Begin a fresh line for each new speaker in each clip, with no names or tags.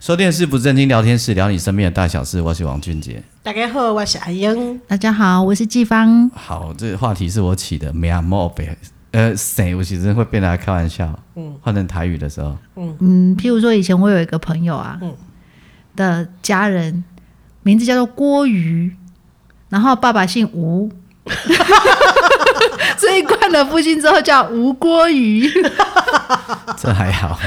收电视不正经聊天室，聊你身边的大小事。我是王俊杰。
大家好，我是阿英。
大家好，我是季芳。
好，这话题是我起的，没啊莫呗。呃，谁？我其实会被大家开玩笑。嗯，换成台语的时候，
嗯，譬如说以前我有一个朋友啊，的家人名字叫做郭瑜，然后爸爸姓 吴，所以冠了父姓之后叫吴郭瑜。
这还好。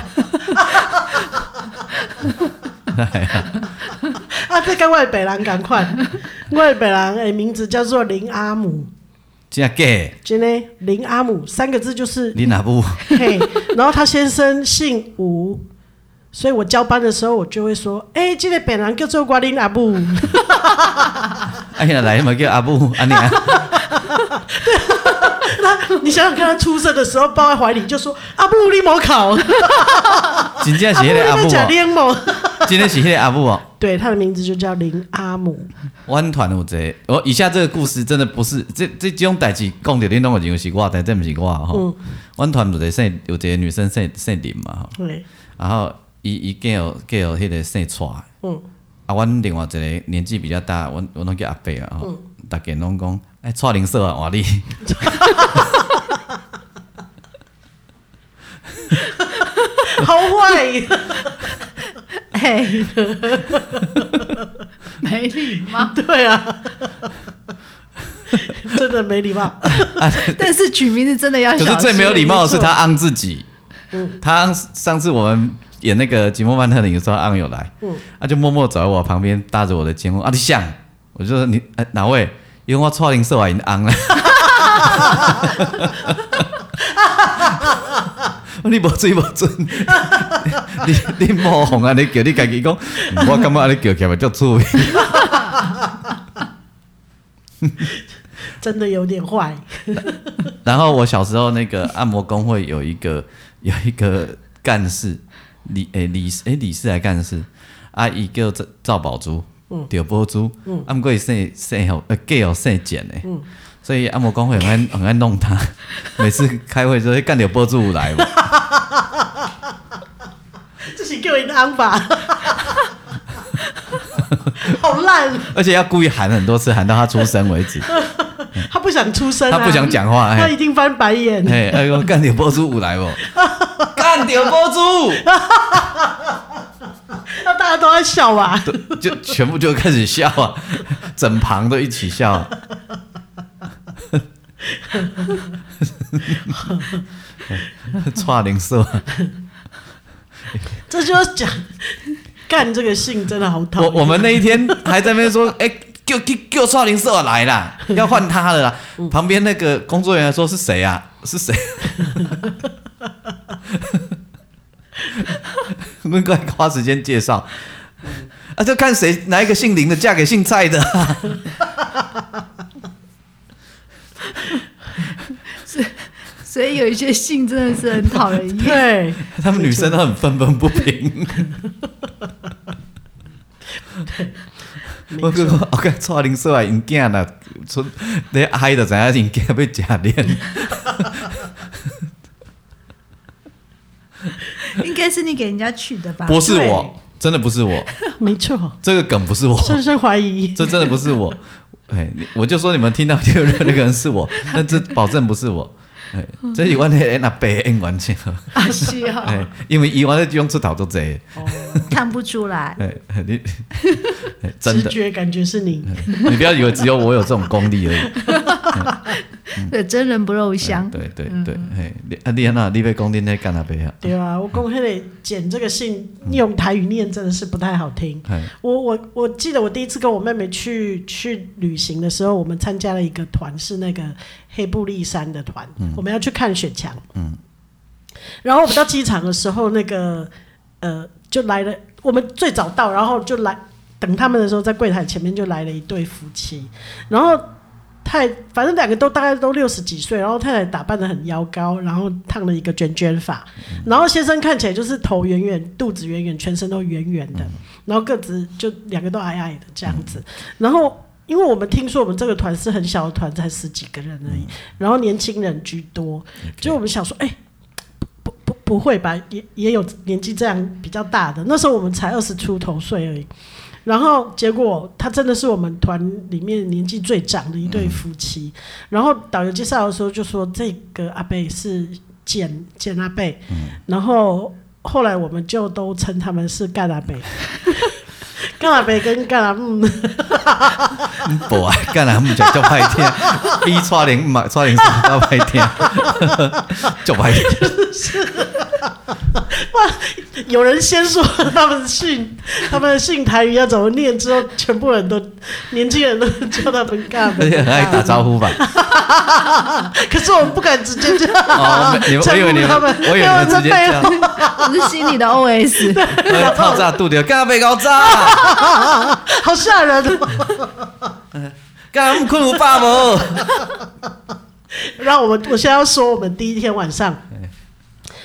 啊，这跟我的北人赶快， 我的北人的名字叫做林阿姆，
这样 gay，
真的林阿姆三个字 就是
你啊哪部？
嘿，然后他先生姓吴，所以我交班的时候我就会说，哎、这个北人叫做我林阿 姆，
哎呀，来嘛叫阿啊布阿娘。
你想想看，他出生的时候抱在怀里就说阿布你莫 考，
真正是迄个
阿
阿
布你
布
啊假
哦，
联盟，
真的是迄个阿布哦。
对，他的名字就叫林阿姆。
阮团有这个，哦我以下这个故事真的不是这这这种代志，讲着恁拢会认为是我，但这毋是我吼。阮团有一个姓有一个女生姓姓林嘛吼，
对，
然后伊伊嫁有嫁有迄个姓蔡，
嗯，
啊，阮另外一个年纪比较大，阮阮拢叫阿伯啊吼，逐家拢讲哎蔡林说啊换你，
好坏。
哎， 没礼 貌，
对啊，真的没礼貌。
但是取名字真的要
可
小
是
心。
最没有礼貌的是他昂自己，
嗯
他昂上次我们演那个《吉莫曼特林》的时候，昂有来，
嗯
他就默默走在我旁边，搭着我的肩问：“啊，你像？”我就说：“你、呃哪位？”因为我错零色啊，已经昂了。 你无水无准， 你你莫红啊！你叫你家己讲， 我感觉安尼叫起来叫趣味。
真的有点坏。
然后我小时候那个按摩工会有一个 有一个干事理诶、理事诶、理事还干事啊，伊叫赵赵宝珠，
嗯
赵宝珠，啊，毋过伊姓姓吼呃 gay 哦姓简诶，
嗯
所以按摩工会很爱很爱弄他， 每次开会就会干掉波珠有 来嘛，
这是给我一个安法， 好烂。
而且要故意喊很多次，喊到他出声为止，
他不想出声、啊，
他不想，讲话，
他
哎
一定翻白眼。
哎，哎呦，干掉波珠有来 无，干掉波珠。
那大家都在笑啊吧？
都就全部就开始笑啊，整旁都一起笑、 啊。差零色，
这就是讲干这个性真的好讨
我
厌。
我们那一天还在那边说，哎、就就就差零色啊来啦，要换他了啦。旁边那个工作人员说是谁啊？是谁？ 我们快花时间介绍啊，就看谁哪一个姓林的嫁给姓蔡的。
所以有一些姓真的是很讨人厌。
对
他们女生都很愤愤不平。我讲我讲，蔡林说啊，因囝啦，出你嗨就知影因囝要食脸，
应该是你给人家取的吧？
不是我，真的不是我，
没错，
这个梗不是我，
深深怀疑。
这真的不是我。哎，你我就说你们听到第二任那个人是我，但这保证不是我。哎，这是我那那白演员请，
啊，是哦，
哎，因为伊我咧用出头都济，
看不出来。
哎，你 哎真
直
的，
觉感觉是你，
你不要以为只有我有这种功力而已。
对，真人不露相。
嗯对对对，嘿，你啊你安那，你被讲恁在干那边啊？
嗯对啊，我公黑得捡这个姓用台语念真的是不太好听。
嘿，
我我我记得我第一次跟我妹妹去去旅行的时候，我们参加了一个团，是那个黑布利山的团，我们要去看雪墙。然后我们到机场的时候，那个呃就来了，我们最早到，然后就来等他们的时候，在柜台前面就来了一对夫妻，然后太反正两个都大概都六十几岁，然后太太打扮的很妖高，然后烫了一个卷卷发，然后先生看起来就是头圆圆，肚子圆圆，全身都圆圆的，然后个子就两个都矮矮的这样子，然后。因为我们听说我们这个团是很小的团，才十几个人而已，然后年轻人居多，就我们想说，哎、不不不会吧，也也有年纪这样比较大的，那时候我们才二十出头岁而已。然后结果他真的是我们团里面年纪最长的一对夫妻。然后导游介绍的时候就说，这个阿贝是简简阿贝，然后后来我们就都称他们是干阿贝。 干阿贝跟干嗯阿姆，
不啊，干来我们讲叫白天，逼差点买差点上到白天，叫白天，
有人先说他们姓 他们姓台语要怎么念，之后全部人都年轻人都 叫他们干阿
而
贝。
且很爱打招呼吧？
可是我们不敢直接这样。
哦，你们我以为你
称呼他
们
们，
我以为你们直接这样，
我是心里 的 OS，
呃套炸肚子，干被搞炸，
好吓人哦！
干不困有爸无？
然后我们，我现在要说，我们第一天晚上，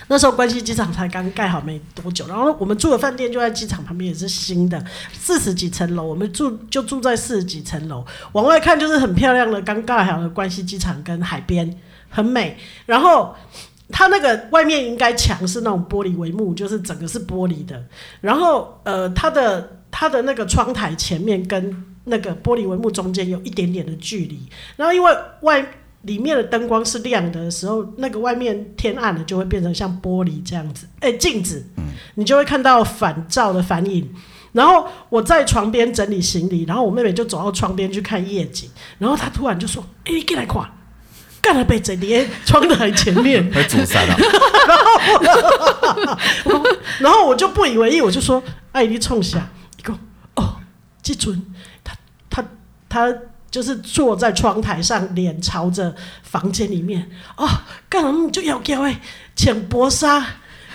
那时候关西机场才刚盖好没多久，然后我们住的饭店就在机场旁边，也是新的，四十几层楼，我们住就住在四十几层楼，往外看就是很漂亮的刚盖好的关西机场跟海边，很美。然后它那个外面应该墙是那种玻璃帷幕，就是整个是玻璃的。然后呃，它的它的那个窗台前面跟那个玻璃帷幕中间有一点点的距离，然后因为外里面的灯光是亮的时候，那个外面天暗了就会变成像玻璃这样子，哎、镜子，你就会看到反照的反影。然后我在床边整理行李，然后我妹妹就走到窗边去看夜景，然后她突然就说：“哎、你进来看，干了被整理哎窗台前面。”
会煮散啊？
然后我就不以为意，我就说：“哎、你冲下，一个哦，这尊他他他就是坐在窗台上，脸朝着房间里面哦，干什么就要叫哎，浅薄纱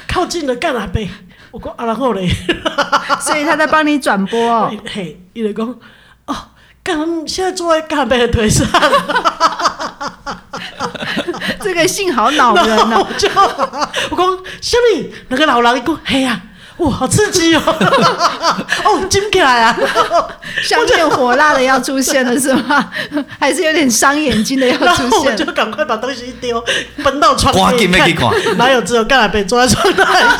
靠近了干哪呗？我讲啊，然后嘞，
所以他在帮你转播 哦。
嘿，伊就讲哦，干什么现在坐在干哪呗的腿上，
这个信好恼人
然后
哦，
我就我讲什么？那个老人伊讲嘿呀、哇，好刺激哦！ 哦，惊起来啊！
香艳火辣的要出现了是吗？还是有点伤眼睛 的要
然
出
后我
现
就？赶快把东西一丢，奔到窗
赶紧
边
要去
看，哪有只有盖被坐在窗台上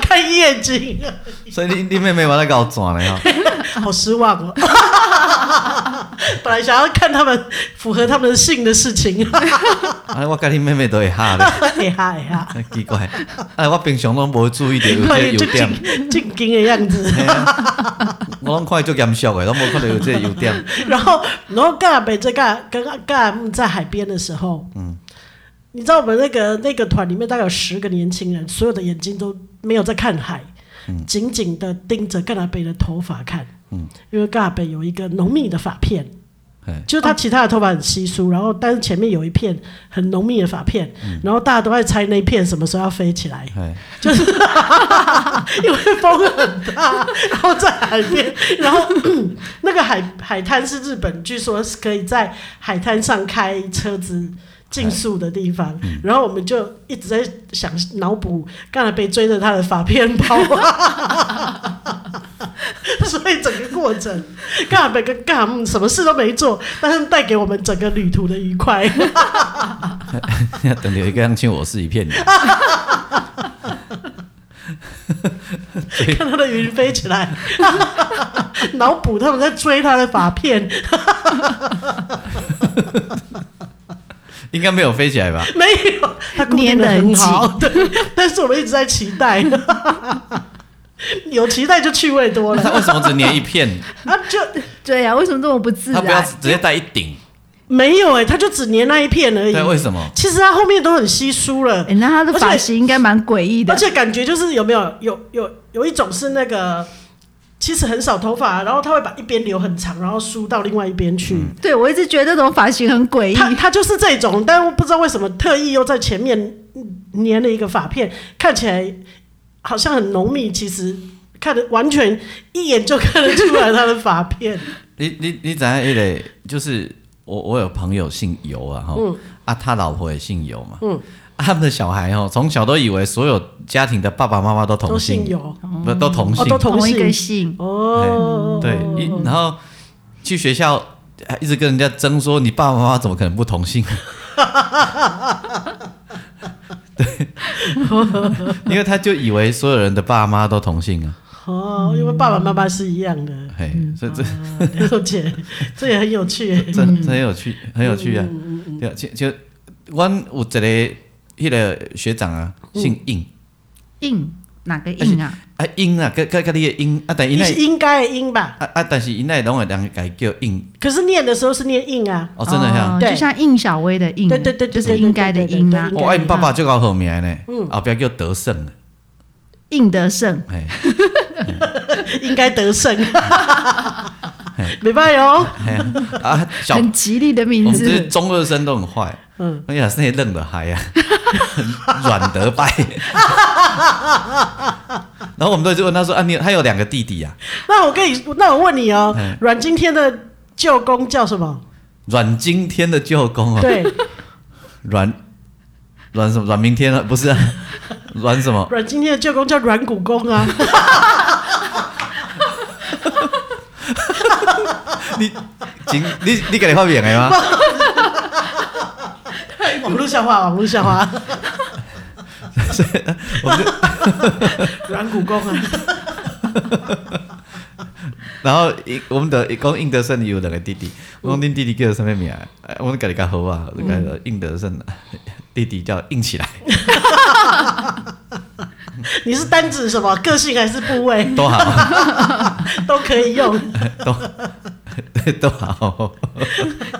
看夜景，
所以你你妹妹把那搞转了哈，
好失望哦。 本来想要看他们符合他们的性的事情，
啊，我跟你妹妹都会哈的，
哎呀哎呀，
奇怪，啊，我平常拢无注意到有
快
这
点
优
就
点。
进进京的样子。
嘿啊我拢看伊足严肃诶，拢无看到有这个优点。
然后，然后盖亚北在盖跟盖亚木在海边的时候，嗯，你知道我们那个那个团里面大概有十个年轻人，所有的眼睛都没有在看海，紧紧的盯着盖亚北的头发看，嗯，因为盖亚北有一个浓密的发片，
嘿
就是他其他的头发很稀疏，然后但是前面有一片很浓密的发片，然后大家都在猜那一片什么时候要飞起来，
嘿，
因为风很大，然后在海边，然后 那个海海滩是日本，据说是可以在海滩上开车子竞速的地方。然后我们就一直在想脑补，刚才被追着他的发片跑， 所以整个过程，刚才被跟干嗯什么事都没做，但是带给我们整个旅途的愉快。
等到一个人亲我是一片的，
看他的云飞起来， 脑补他们在追他的发片，
应该没有飞起来吧？
没有，它固定的很好， 对，但是我们一直在期待， 有期待就趣味多了
他为什么只粘一片？
啊，就
对呀、为什么这么不自
他不要
然？
直接带一顶？
没有哎、它就只粘那一片而已
对，。为什么？
其实它后面都很稀疏了
哎、，那他的发型应该蛮诡异
而
的，
且感觉就是有没有有有有一种是那个。其实很少头发，然后它会把一边留很长，然后梳到另外一边去。
对我一直觉得这种发型很诡
它
异。
它就是这种，但我不知道为什么特意又在前面嗯粘了一个发片，看起来好像很浓密，其实看得完全一眼就看得出来他的发片。
你你你怎样也得，就是我我有朋友姓尤啊哈，啊他老婆也姓尤嘛，嗯，啊他们的小孩哦，从小都以为所有家庭的爸爸妈妈都同
都姓
姓，
尤
不都同姓
哦，都同
同一个
姓
姓，
哦，
对，一然后去学校还一直跟人家争说你爸爸妈妈怎么可能不同 姓？对， 因为他就以为所有人的爸妈都同姓啊，
哦，因为爸爸妈妈是一样的，
嘿，所以这
了解，这也很有趣。
这这很有趣，很有趣啊。对啊，就就阮有一个迄个学长啊，姓应
印哪个印啊？
啊，应啊，甲甲甲你的应啊，但伊
你
那
是应该的应吧？
啊啊，但是伊那拢会人家叫应
可是念的时候是念应啊，
哦，真的像。
哦
对
就像印小薇的印，
对对对对
就是应该的应啊
对对对对对，
我爱哦爸爸就搞好名呢，后壁叫德胜呢，
应得胜。
嘿，
应该得 胜，没办法哦。
嘿啊啊，小
很吉利的
我
名
们这些
字，
中二生都很坏，
嗯
嗯，哎呀，那些愣的嗨呀，很 软得败。 然后我们都就问他说：“啊，你他有两个弟弟呀、啊，
那我跟你，那我问你哦
嗯，
阮经天的舅公叫什么？
阮经天的舅公哦，
对，
阮阮什么阮明天啊？不是、啊，阮什么？
阮经天的舅公叫阮古公 啊。
你今你你给你发明的吗？
网络笑话，网络笑 话，
我们就
阮古公啊，
然后一我们的讲应德胜有两个弟弟，我讲恁弟弟叫什么名？哎我们给你个好啊，这个应德胜啊弟弟叫硬起来，
你是单指什么个性还是部 位
多好。”
都可以 用？
都都 好，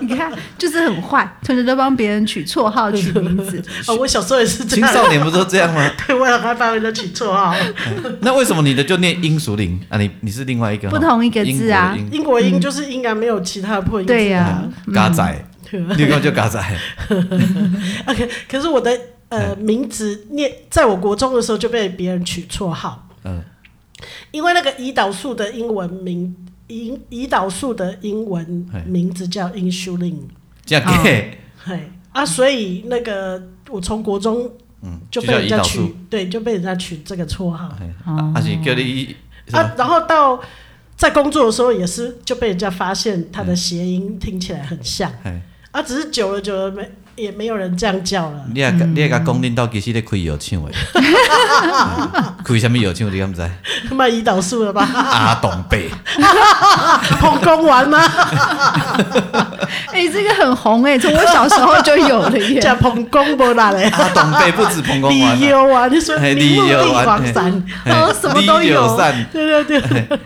你看就是很坏，从小都帮别人取绰号、取名 字。
哦，我小时候也是这
青
样
少，年不都这样吗？
对，我也害怕人家取绰号。
那为什么你的就念英属林啊？你你是另外一个哈
不同一个字啊
英国的
英国音就是应该没有其他的破音字啊。嗯
对呀
英嘎仔，你根本就 嘎仔，
OK，可是我的呃名字念，在我国中的时候就被别人取绰号，
嗯，
因为那个胰岛素的英文名，胰胰岛素的英文
嘿
名字叫 insulin，
这样给
嘿啊，所以那个我从国中
嗯
就被
叫
人
胰
家
岛
取
素，，
对，就被人家取这个绰号
哎啊啊是叫你什么
啊，然后到。在工作的时候也是就被人家发现他的谐音听起来很像
哎
啊，只是久了久了没也没有人这样叫了。
你也你也甲讲恁到其实咧开药厂的，哎开什么药厂你敢不知？
卖胰岛素了 吧？
阿东贝，
碰公丸 吗？
哎，这个很红哎，从我小时候就有了 耶。
讲捧公无啦嘞，
阿东贝不止彭公
理
湾啊，
由啊，你说
嘿
名目
理由
地
啊
黄
嘿
山，
然哦后什么都有
李友善
对对对，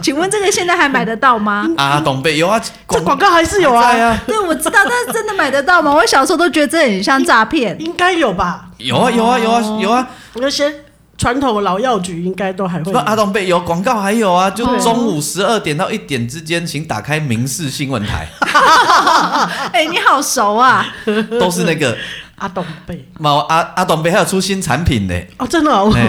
请问这个现在还买得到吗？
阿东贝有啊，
这广告还是有
还在
啊，
啊，
对，我知道，但是真的买得到吗？我小时候都觉得这很像诈骗。
应该有吧？
有啊有啊有啊有啊，
那些传统的老药局应该都还会
不，
有。
阿东贝有广告，还有啊，就中午十二点到一点之间，请打开民视新闻台，
哎，你好熟啊！
都是那个
阿东贝
毛阿阿东贝还有出新产品呢、
哦，真的哦，
哎，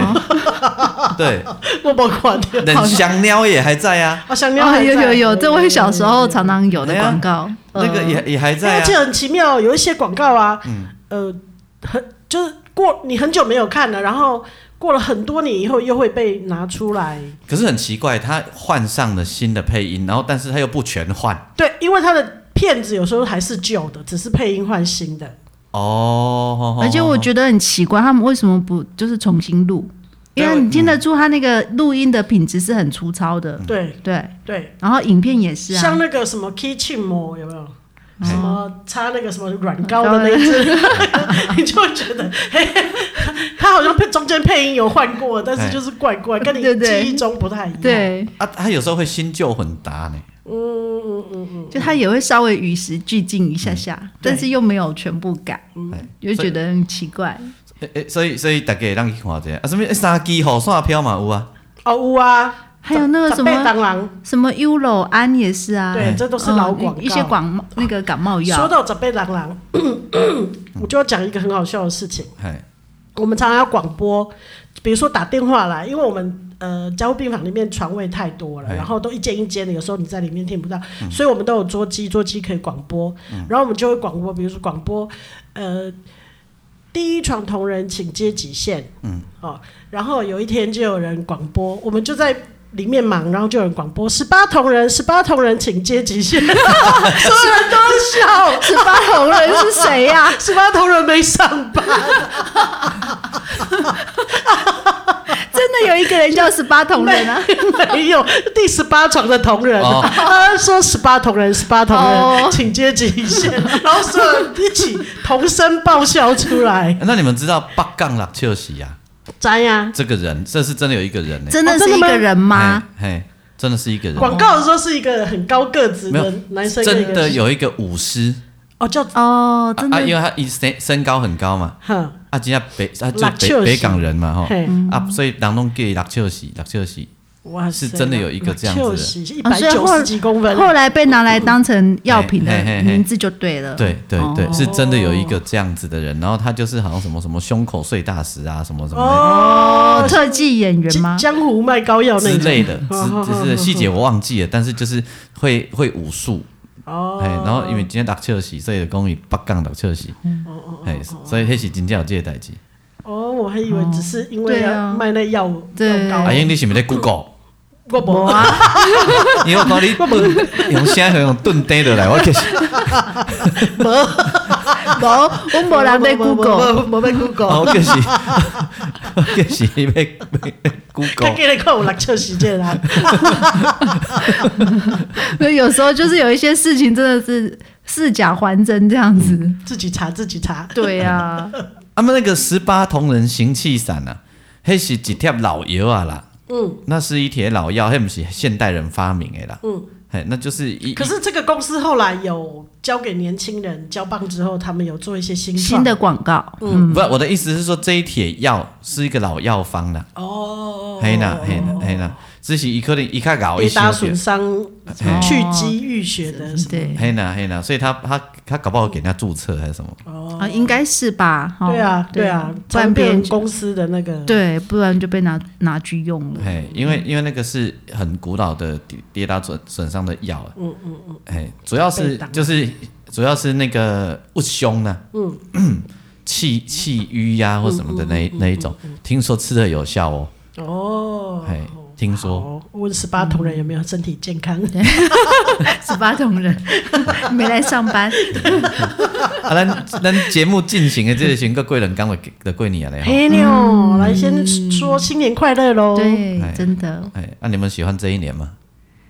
对，
我没看到。
冷香喵也还在啊，
我想念
哦，
还在
有有有，这我小时候常常有的广告。呃
那个也也还在
而且
啊，嗯
很奇妙，嗯有一些广告啊，呃，很就是过你很久没有看了，然后过了很多年以后又会被拿出来。
可是很奇怪，他换上了新的配音，然后但是他又不全换
对，因为他的片子有时候还是旧的，只是配音换新的。
哦，
而且我觉得很奇怪，他们为什么不就是重新录？因为
对
你听得出他那个录音的品质是很粗糙的，
嗯
对
对。
对，
然后影片也是啊哦
像，那个什么 Kitchen 膜有没有？
嗯
什么擦那个什么软膏的那一只， 你就会觉得，嘿，他好像配中间配音有换过，但是就是怪怪，跟你
对对
记忆中不太一样。，
对，
啊，他有时候会新旧混搭呢，嗯
就他也会稍微与时俱进一下下，但是又没有全部改，
嗯
哎
你会觉得很奇怪。
诶诶所以所以大家让去看一下啊，什么三支雨伞飘嘛有啊，
哦，有啊，
还有那个什
长辈
么
当然，
什么 Uro 安也是啊，
对，这都是老广告。
嗯一些广那个感冒
说
药，
到长辈当然，我就要讲一个很好笑的事情。
哎
我们常常要广播，比如说打电话来，因为我们呃加护病房里面床位太多了，
哎
然后都一间一间的，有时候你在里面听不到，所以我们都有桌机，桌机可以广播，然后我们就会广播，比如说广播呃第一床同仁请接几线，嗯，哦，然后有一天就有人广播，我们就在。里面忙，然后就有人广播：十八同仁，十八同仁，请接极限。所有 人都笑，
十八铜人是谁啊呀、
十八同仁没上班，
真的有一 个人叫十八铜人啊！
没有第十八床的同仁，
哦
他说十八同仁，十八同仁，
哦
请接极限，然后所有人一起同声爆笑出来，
那你们知道八杠六秋喜呀？
咱呀、
这个人，这是真的有一个人呢、
真的
哦真
是
的
一
吗
个人吗？
嘿？嘿，真的是一个人，哦
广告的时候是一个很高个子
没
的
有
男生跟一
哦真
个
的有一个舞狮
哦叫
哦，真
啊，因
的
为他一身身高很高嘛，
哼
啊，今天北啊
六
就
笑死
北北港人嘛吼，
嘿，
啊，所以人拢叫伊六笑死，六笑死。
哦
哇塞
是真的有一个这样子的
一
啊
百
所以
九
后哦
十几公分，
后来被拿来当成药品的
嘿嘿嘿嘿
名字就对了。
对对对，
哦
是真的有一个这样子的人，然后他就是好像什么什么胸口碎大石啊，什么什么
哦，
哦，
特技演员吗
江？江湖卖膏药那
之
种
类的，
哦
之就是细节我忘记了，但是就是会会武术，
哦
哎，，然后因为今天打切尔西，所以公寓北港打切尔西，
嗯
哎，所以那是真正有这个代志。
哦，我还以为只是因为
对
要
啊
卖那药
对
药膏
阿，英，你是不是在 Google？
我
我
不
啊，
因为我讲你顿用声和用顿呆的来，我就是
无，我无人被 Google，
没被 Google，
我就是我就是要 要
他
Google。
给你看有六七时间啊啦，
所以有时候就是有一些事情真的是是假还真这样子。
自己查自己查。
对呀，
他啊们那个十八铜人行气散啊，那是一贴老药啊啦，
嗯，
那是一帖老药，那不是现代人发明的啦，
嗯
嗯，嘿，那就是一
可是这个公司后来有交给年轻人交棒之后，他们有做一些新
新
创
的广告，
嗯，不，我的意思是说这一帖药是一个老药方啦，
哦，
嘿啦嘿啦嘿啦，只是伊可能伊较搞一
跌
些，
打损伤、
嘿
去肌淤血的什么，
对
嘿啦嘿啦，所以他他他搞不好给人家注册还是什么，
啊，应该是吧？哦
哦对啊对啊，
不然
转
别
变
人
公司的那个
对，不然就被拿拿去用 了。
嘿，因为因为那个是很古老的跌跌打损损伤的药，嗯嗯嗯，嘿，主要
被
是
挡
就是主要是那个不凶呢，嗯，气气瘀呀或什么的那那一种，听说吃了有效哦，
哦。
嘿，听说
好问十八同仁有没有身体健康？
十八铜人 没来上班，
哦
啊，咱咱节目进行的这个行个贵人刚的的贵你啊嘞，吼
嘿妞，来先说新年快乐喽！
嗯对
哎，
真的
哎，啊，你们喜欢这一年吗？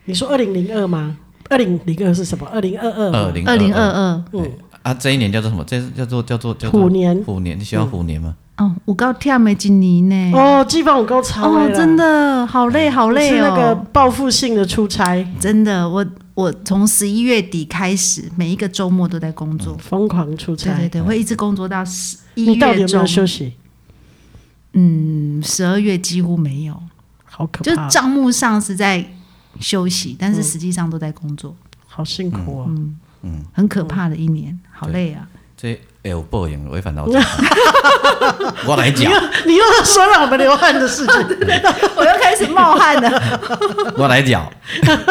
你说二零零二吗？二零零二是什么？二零二嗯二
二零
二零二二
二啊，这一年叫做什么？这是叫做叫做叫做
虎年
虎年，你喜欢虎年吗？
哦，我告跳没今年呢，
哦，季芳我够超
哦，真
的
的好累好累
是那个
哦，
报复性的出差，
真的，我我从十一月底开始，每一个周末都在工作，
疯狂出
对对
差。
对，会一直工作到十一
你到底
月
有没有
中，
休息？
嗯，十二月几乎没有，
好可
就
怕，
账目上是在休息，但是实际上都在工作，
好辛苦哦。
很可怕的一年，好累啊。
这有报应，违反 劳基法。啊我来
你
讲
又， 你又在说让我们流汗的事情，
我又开始冒汗了。
我来讲，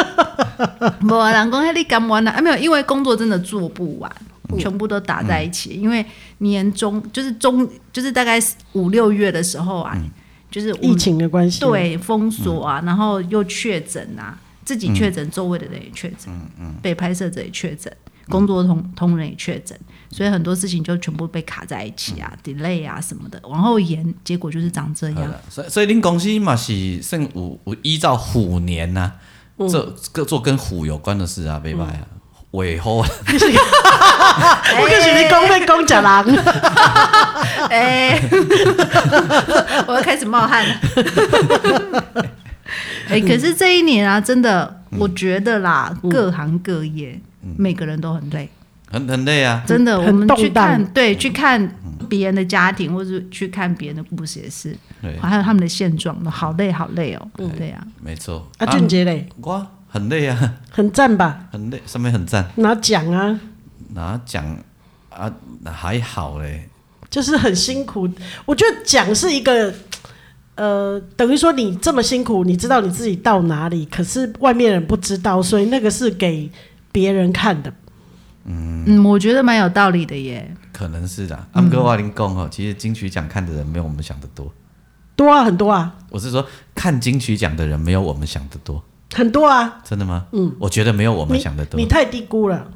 没啊，人讲你干完了啊？没有，因为工作真的做不完，全部都打在一起。因为年终就是中就是大概五六月的时候啊，就是我
疫
们
情的关系。，
嗯
对封锁啊，然后又确诊啊，自己确诊，周围的人也确
嗯
诊，被拍摄者也确诊，工作同同仁也确诊，所以很多事情就全部被卡在一起啊、d e l a y 啊什么的，往后延，结果就是长这
嗯好
样。
了所以所以您公司嘛是算有有依照虎年呐、
嗯
做做做跟虎有关的事啊，袂歹啊，尾后啊，
我跟你公被公假狼，
哎、 我要开始冒汗了。 哎、可是这一年啊，真的，
嗯
我觉得啦，各行各业、每个人都很累，
很很 累啊。
真的。
很
我们去
动荡
看，对，去看别人的家庭，或者去看别人的故事也是，
对，
还有他们的现状，好累，好累哦。
嗯
对呀、
没错。
啊，俊杰嘞，
我很累啊，
很赞吧？
很累，上面很赞，
拿奖啊，
拿奖啊还好嘞，
就是很辛苦。我觉得讲是一个，呃，等于说你这么辛苦，你知道你自己到哪里，可是外面人不知道，所以那个是给别人看的。
嗯，我觉得蛮有道理的耶。
可能是的。
嗯
安哥瓦林贡哈，哦其实金曲奖看的人没有我们想的多。
多啊，很多啊，
我是说，看金曲奖的人没有我们想的多，
很多啊。
真的吗？嗯，我觉得没有我们想的多
你。太低估了。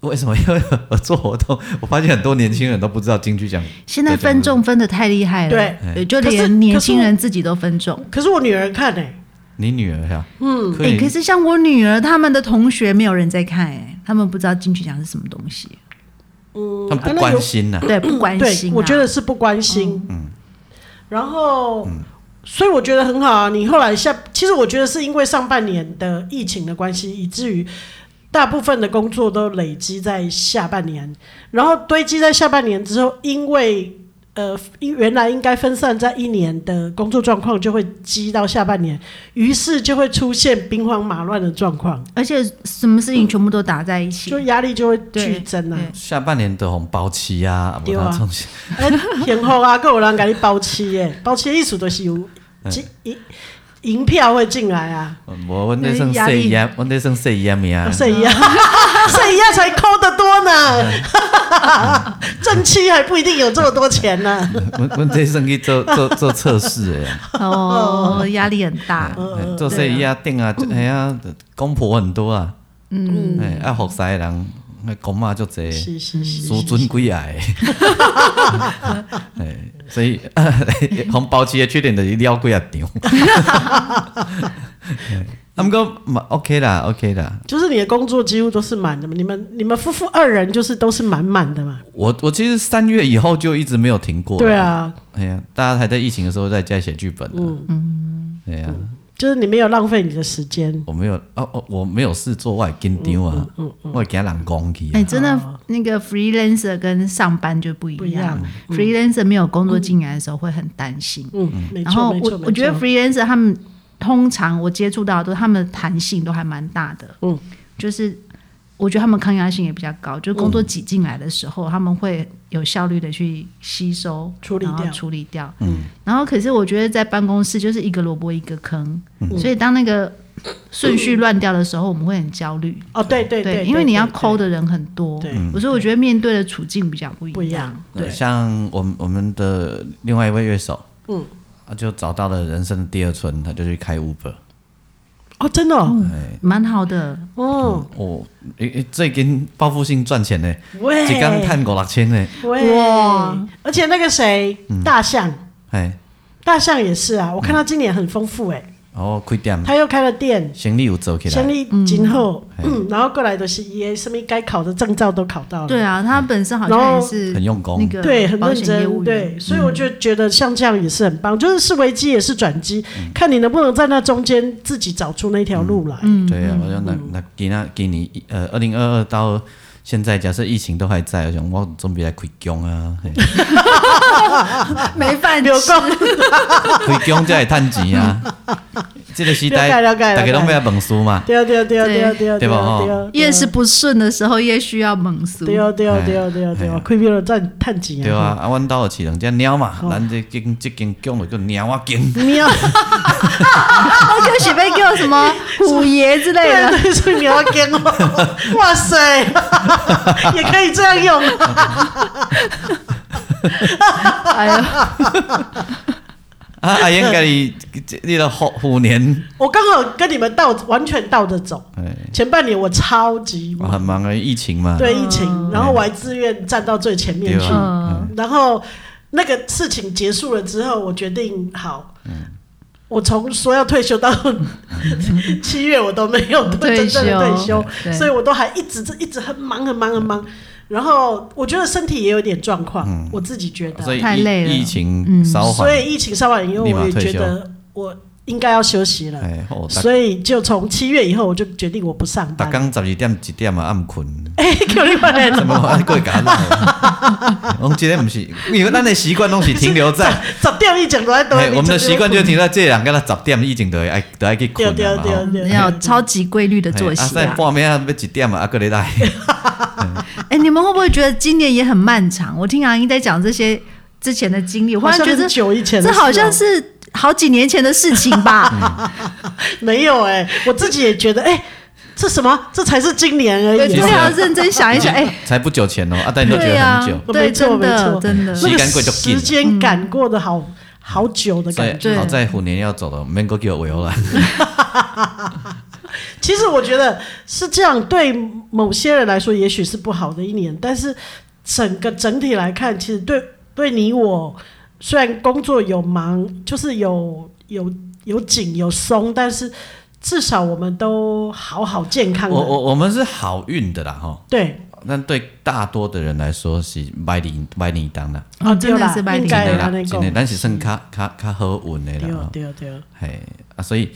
为什么？因为我做活动，我发现很多年轻人都不知道金曲奖。
现在分众分的太厉害了，
对
对，就
可是
连年轻人自己都分众。
可是我女儿看呢、欸
你女儿呀？嗯，可
哎、
以。
可是像我女儿他们的同学，没有人在看、哎，他们不知道金曲奖是什么东西，
他们不关心呐、
对，不关心、
嗯对
啊。，
我觉得是不关心。嗯，然后，
嗯
所以我觉得很好啊。你后来下，其实我觉得是因为上半年的疫情的关系，以至于大部分的工作都累积在下半年，然后堆积在下半年之后，因为。呃，因原来应该分散在一年的工作状况就会积到下半年，于是就会出现兵荒马乱的状况，
而且什么事情全部都打在一起
就。压力就会
对
剧增啊。
对
下半年的红包期啊，
对啊
我那种是
哎， 然后啊，够有人给你包期耶，包期的意思就是有金银银票会进来啊，
我我那算
压
岁
力
烟，我那算岁烟 米啊
啊，谁呀？谁呀才抠得多呢？ 正妻还不一定有这么多钱呢。
我我这算去做做做测试的 啊，
哦，压力很
嗯
大。
哎做岁烟定啊，哎呀，公婆很多啊，嗯，哎，啊，学生的人，那公妈就多，
是是是，
输尊贵矮， 哎，所以 红包期的缺点就是撩几啊场。 啊，毋过嘛 OK 啦，OK 啦，
就是你的工作几乎都是满的嘛，你们你们夫妇二人就是都是满满的嘛。
我我其实三月以后就一直没有停过。
对，啊，
哎呀，大家还在疫情的时候在家写剧本、啊。嗯嗯，哎呀，
就是你没有浪费你的时间。
我没有哦哦，我没有事做，我也紧张啊，
嗯
我会惊人攻击、
哎、
啊。
真的，那个 freelancer 跟上班就不一
不一样
freelancer 没有工作进来的时候会很担心，
嗯，没
然后
错没错
我
没
我觉得
错
freelancer 他们通常我接触到的都他们的弹性都还蛮大的，
嗯，
就是我觉得他们抗压性也比较高，就工作挤进来的时候，他们会有效率的去吸收、
嗯处理
然后
掉
处理掉。嗯，然后可是我觉得在办公室就是一个萝卜一个坑，
嗯
所以当那个顺序乱掉的时候，我们会很焦虑。
哦，对对对，
因为你要
对
抠的人很多，
对
嗯
所以我觉得面对的处境比较不
不一
一样。
样，
对，像我们我们的另外一位乐手，嗯，他就找到了人生的第二春，他就去开 Uber。
哦，真的哦，
蛮好的，
哦，哎
哦，诶、诶，最近报复性赚钱呢，
喂，
一刚探五六千呢，
喂，
哇
而且那个谁，大象，
哎，
大象也是
嗯
啊，我看他今年很丰富哎、
然后开店，
他又开了店，
生意有走起
先
来，
立今后，嗯然后过来的是也什么该考的证照都考到了，
对啊，他本身好
嗯然
像
后
也是
嗯很用功
那个
对，很
保
认
险业务
真，
员
对，所以我就觉得像这样也是很棒，就是是危机也是转机，
嗯
看你能不能在那中间自己找出那条路来。
嗯
对
嗯
啊，我就那那给那给你呃，二零二二到现在，假设疫情都还在，我想我准备来开工啊， 嘿
啊
没 饭
有够
开工才会趁钱啊。这个时代，
了解了解
大家拢要问书嘛，
对啊对啊对啊对啊对啊
对吧哦
啊
吼
对啊，
越是不顺的时候，越需要猛苏。
对啊对啊对啊对啊对
哎
啊
呀，
亏别人赚探几
对啊，啊，阮兜有饲两只猫嘛，咱这间这间宫就叫猫仔宫，
你要
啊哦，就是被叫什么虎爷之类的。
对，所以你要跟我，哇塞， 也可以这样用。
哎呀，
啊，阿英家己你的虎虎年，
我刚好跟你们倒完全倒着走。
哎，
前半年我超级
我
忙，
很忙啊，疫情嘛，
对疫情，然后我还自愿站到最前面
对
去。
啊，
嗯，
然后那个事情结束了之后，我决定好，
嗯
我从说要退休到
嗯
七月，我都没有
退
真正的退
休
休，
对
所以我都还一直一直很忙很忙很忙。然后我觉得身体也有点状况，我自己觉得，
嗯所以
太
疫
累了
疫情稍缓
所，以疫情稍晚以后，
立马
我也
退
觉
休
得我应该要休息了。
哎，哦，
所以就从七月以后，我就决定我不上
大
班。
刚十二点一点啊，暗困。
哎，有另外人
怎么还过假闹？我今天不是，因为咱的习惯拢是停留 在，
找掉一整都在都在
嘿
那边
我们的习惯就停留在这两个啦，十点以前就会爱就爱去困
对对
了嘛。吼
对对，
嗯要有超级规律的作
嘿啊，
息
在
啊。
半暝啊要一点啊，啊，搁咧来。
哎，你们会不会觉得今年也很漫长？我听阿英在讲这些之前的经历，我忽
好
然
像
觉得
很久以前的
这
事哦，
好像是好几年前的事情
嗯
吧？
没有哎、我自己也觉得哎、这什么？这才是今年而
对，
已
对
啊。
啊，认真想一想，哎，
才不久前哦，阿丹你都觉
对
得
啊
很久，，
对，
没错
真
没
的
错
真的，嗯
那
时
个
间过就紧
时间赶过得好好久的
所
感觉。
对
以好在虎年要走了，免阁叫我回来。
其实我觉得是这样，对某些人来说也许是不好的一年，但是整个整体来看，其实对对你我，虽然工作有忙，就是有有有紧有松，但是至少我们都好好健康
我
的。
我我们是好运的啦哈，
对
但对大多的人来说是歪年歪年当啦，
哦
啊对
真的
啦
是蛮
应
厉
该
害
真
对
的
啦
啦，
那
真的，
个
咱是算较较较好运的
对
啦。哈
对对，
嘿啊，所以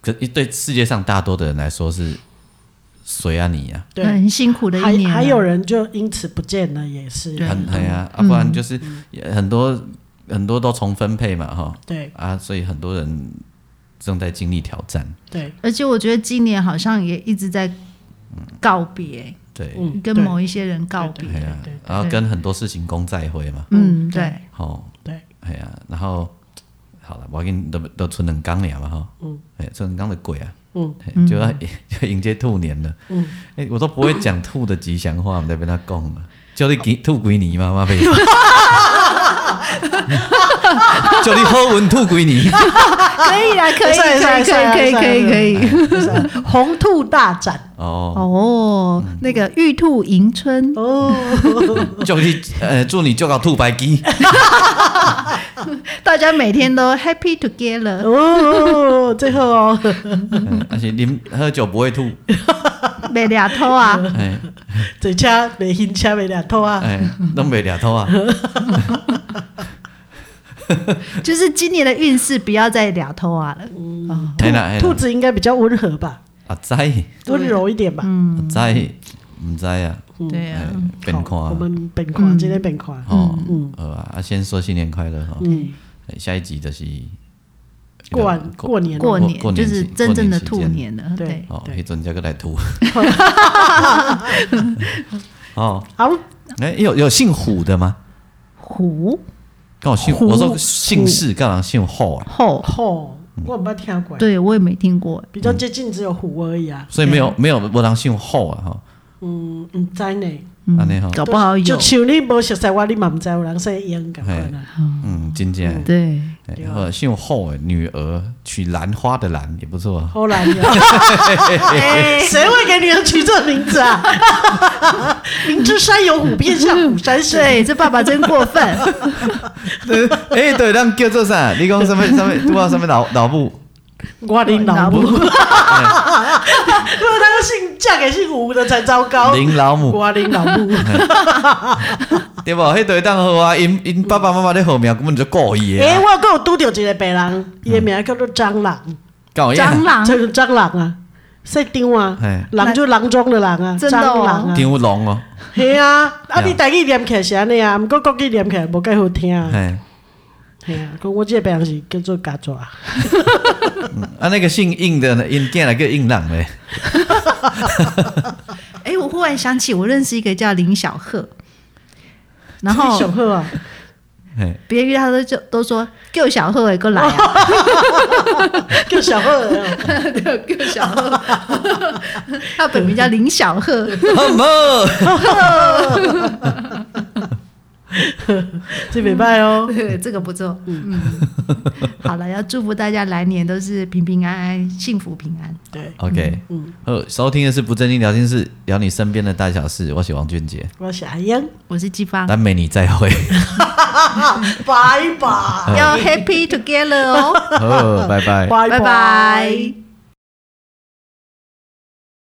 可对世界上大多的人来说是谁啊你啊，
对
很辛苦的一
还
年啊，
还有人就因此不见了，也是
对
很很
嗯
啊，啊不然就是很多、很多都重分配嘛哈
对
啊，所以很多人正在经历挑战，
对，
而且我觉得今年好像也一直在告别，
对，
嗯，
跟
对
某一些人告别。
哎呀、
对对
然后跟很多事情共再会嘛，
嗯，
对
对，
吼，
对，
哎呀、然后好了，我给你都都存两缸了嘛哈，嗯，哎，存两缸的鬼啊。
嗯
嘿，就要 就迎接兔年了。嗯，哎、我都不会讲兔的吉祥话，我们在跟他讲了，叫你给兔鬼你妈妈被， 叫你好运兔鬼你。
可以啦，啊可以，
算了
可以，
算了
可以，
算了
可以，可以，可
嗯
以。
红兔大展
哦，
哦，那个玉兔迎春，
哦，
祝你呃，祝你就搞兔白鸡，
大家每天都 happy together。
哦，最后哦，
嗯而且你喝酒不会吐，
没俩偷 啊，
哎
嘴掐没心掐没两头啊，
哎，东北 俩头啊，
就是今年的运势不要再俩偷啊了。
嗯
哦
天啦天
兔
啦，
子应该比较温和吧，
啊在
对
温柔一点吧。嗯，
在唔知啊，
对
哎
啊，
变看
我
啊，
们嗯本
嗯
款今天本款，
哦，好吧啊，先说新年快乐哈，
嗯，
哎下一集就是
过完过年了
过年
过过
就
年
是
期
真正的
过
兔
年期
年了。
对
对，
哦，
对
迄阵才过来 吐。哦，
好，
哎，有有姓虎的吗？
虎
跟我姓，
虎
我说姓氏，干嘛姓后啊？
后，
吼，
嗯
我没听过，
对我也没听过。
比较接近只有虎而已啊。
所以没有没有无人姓后啊哈，
嗯，唔知呢，
安尼吼，
嗯搞不好有
就。像你无熟悉我，你嘛唔知有人说英咁款啊。
嗯，真正的。
对，
对或者姓后的女儿取兰花的兰也不错 啊。
好难 呀！啊谁会给女儿取这名字 啊？明知山有虎，偏向虎山行。
对，这爸爸真过分。
哎，对，咱叫做啥？你讲什么 什么？我什么老老母？
我的老 母，
老
如果她要姓嫁给姓吴的才糟糕。
林老 母
我的老 母，
对不？迄对当好啊，因因爸爸妈妈咧好名根本就故意的
哎，
啊。
我还有拄到一个白人，
嗯
伊的名叫做蟑螂，
搞
蟑
样，
螂
这是蟑螂啊，说张啊
嗯嘿，
狼就狼中的狼啊，
真
蟑
的哦
螂啊，
张龙哦，
系啊，啊
对啊
你台语念起来是安尼啊，毋过国语念起来无介好听啊，
哎，
系啊，讲我这个白人是叫做家雀啊。
啊那个姓应的呢，因见来叫应郎嘞。
哎、我忽然想起，我认识一个叫林小鹤，然
小
后
贺啊，
嘿
别人遇到他都就都说救小鹤哎，过来啊，
叫小贺的哦，
对，救小鹤， 他本名叫林小鹤，
好无，
这礼拜哦，
对， 这个不错，嗯，好了，要祝福大家来年都是平平安安、幸福平安。
对，
OK，好，收听的是不正经聊天室，聊你身边的大小事。我是王俊杰，
我是阿英，啊
我是季芳，
南美你再会，
拜拜，
要 happy together 哦，
好，拜拜。
拜
拜
拜
拜。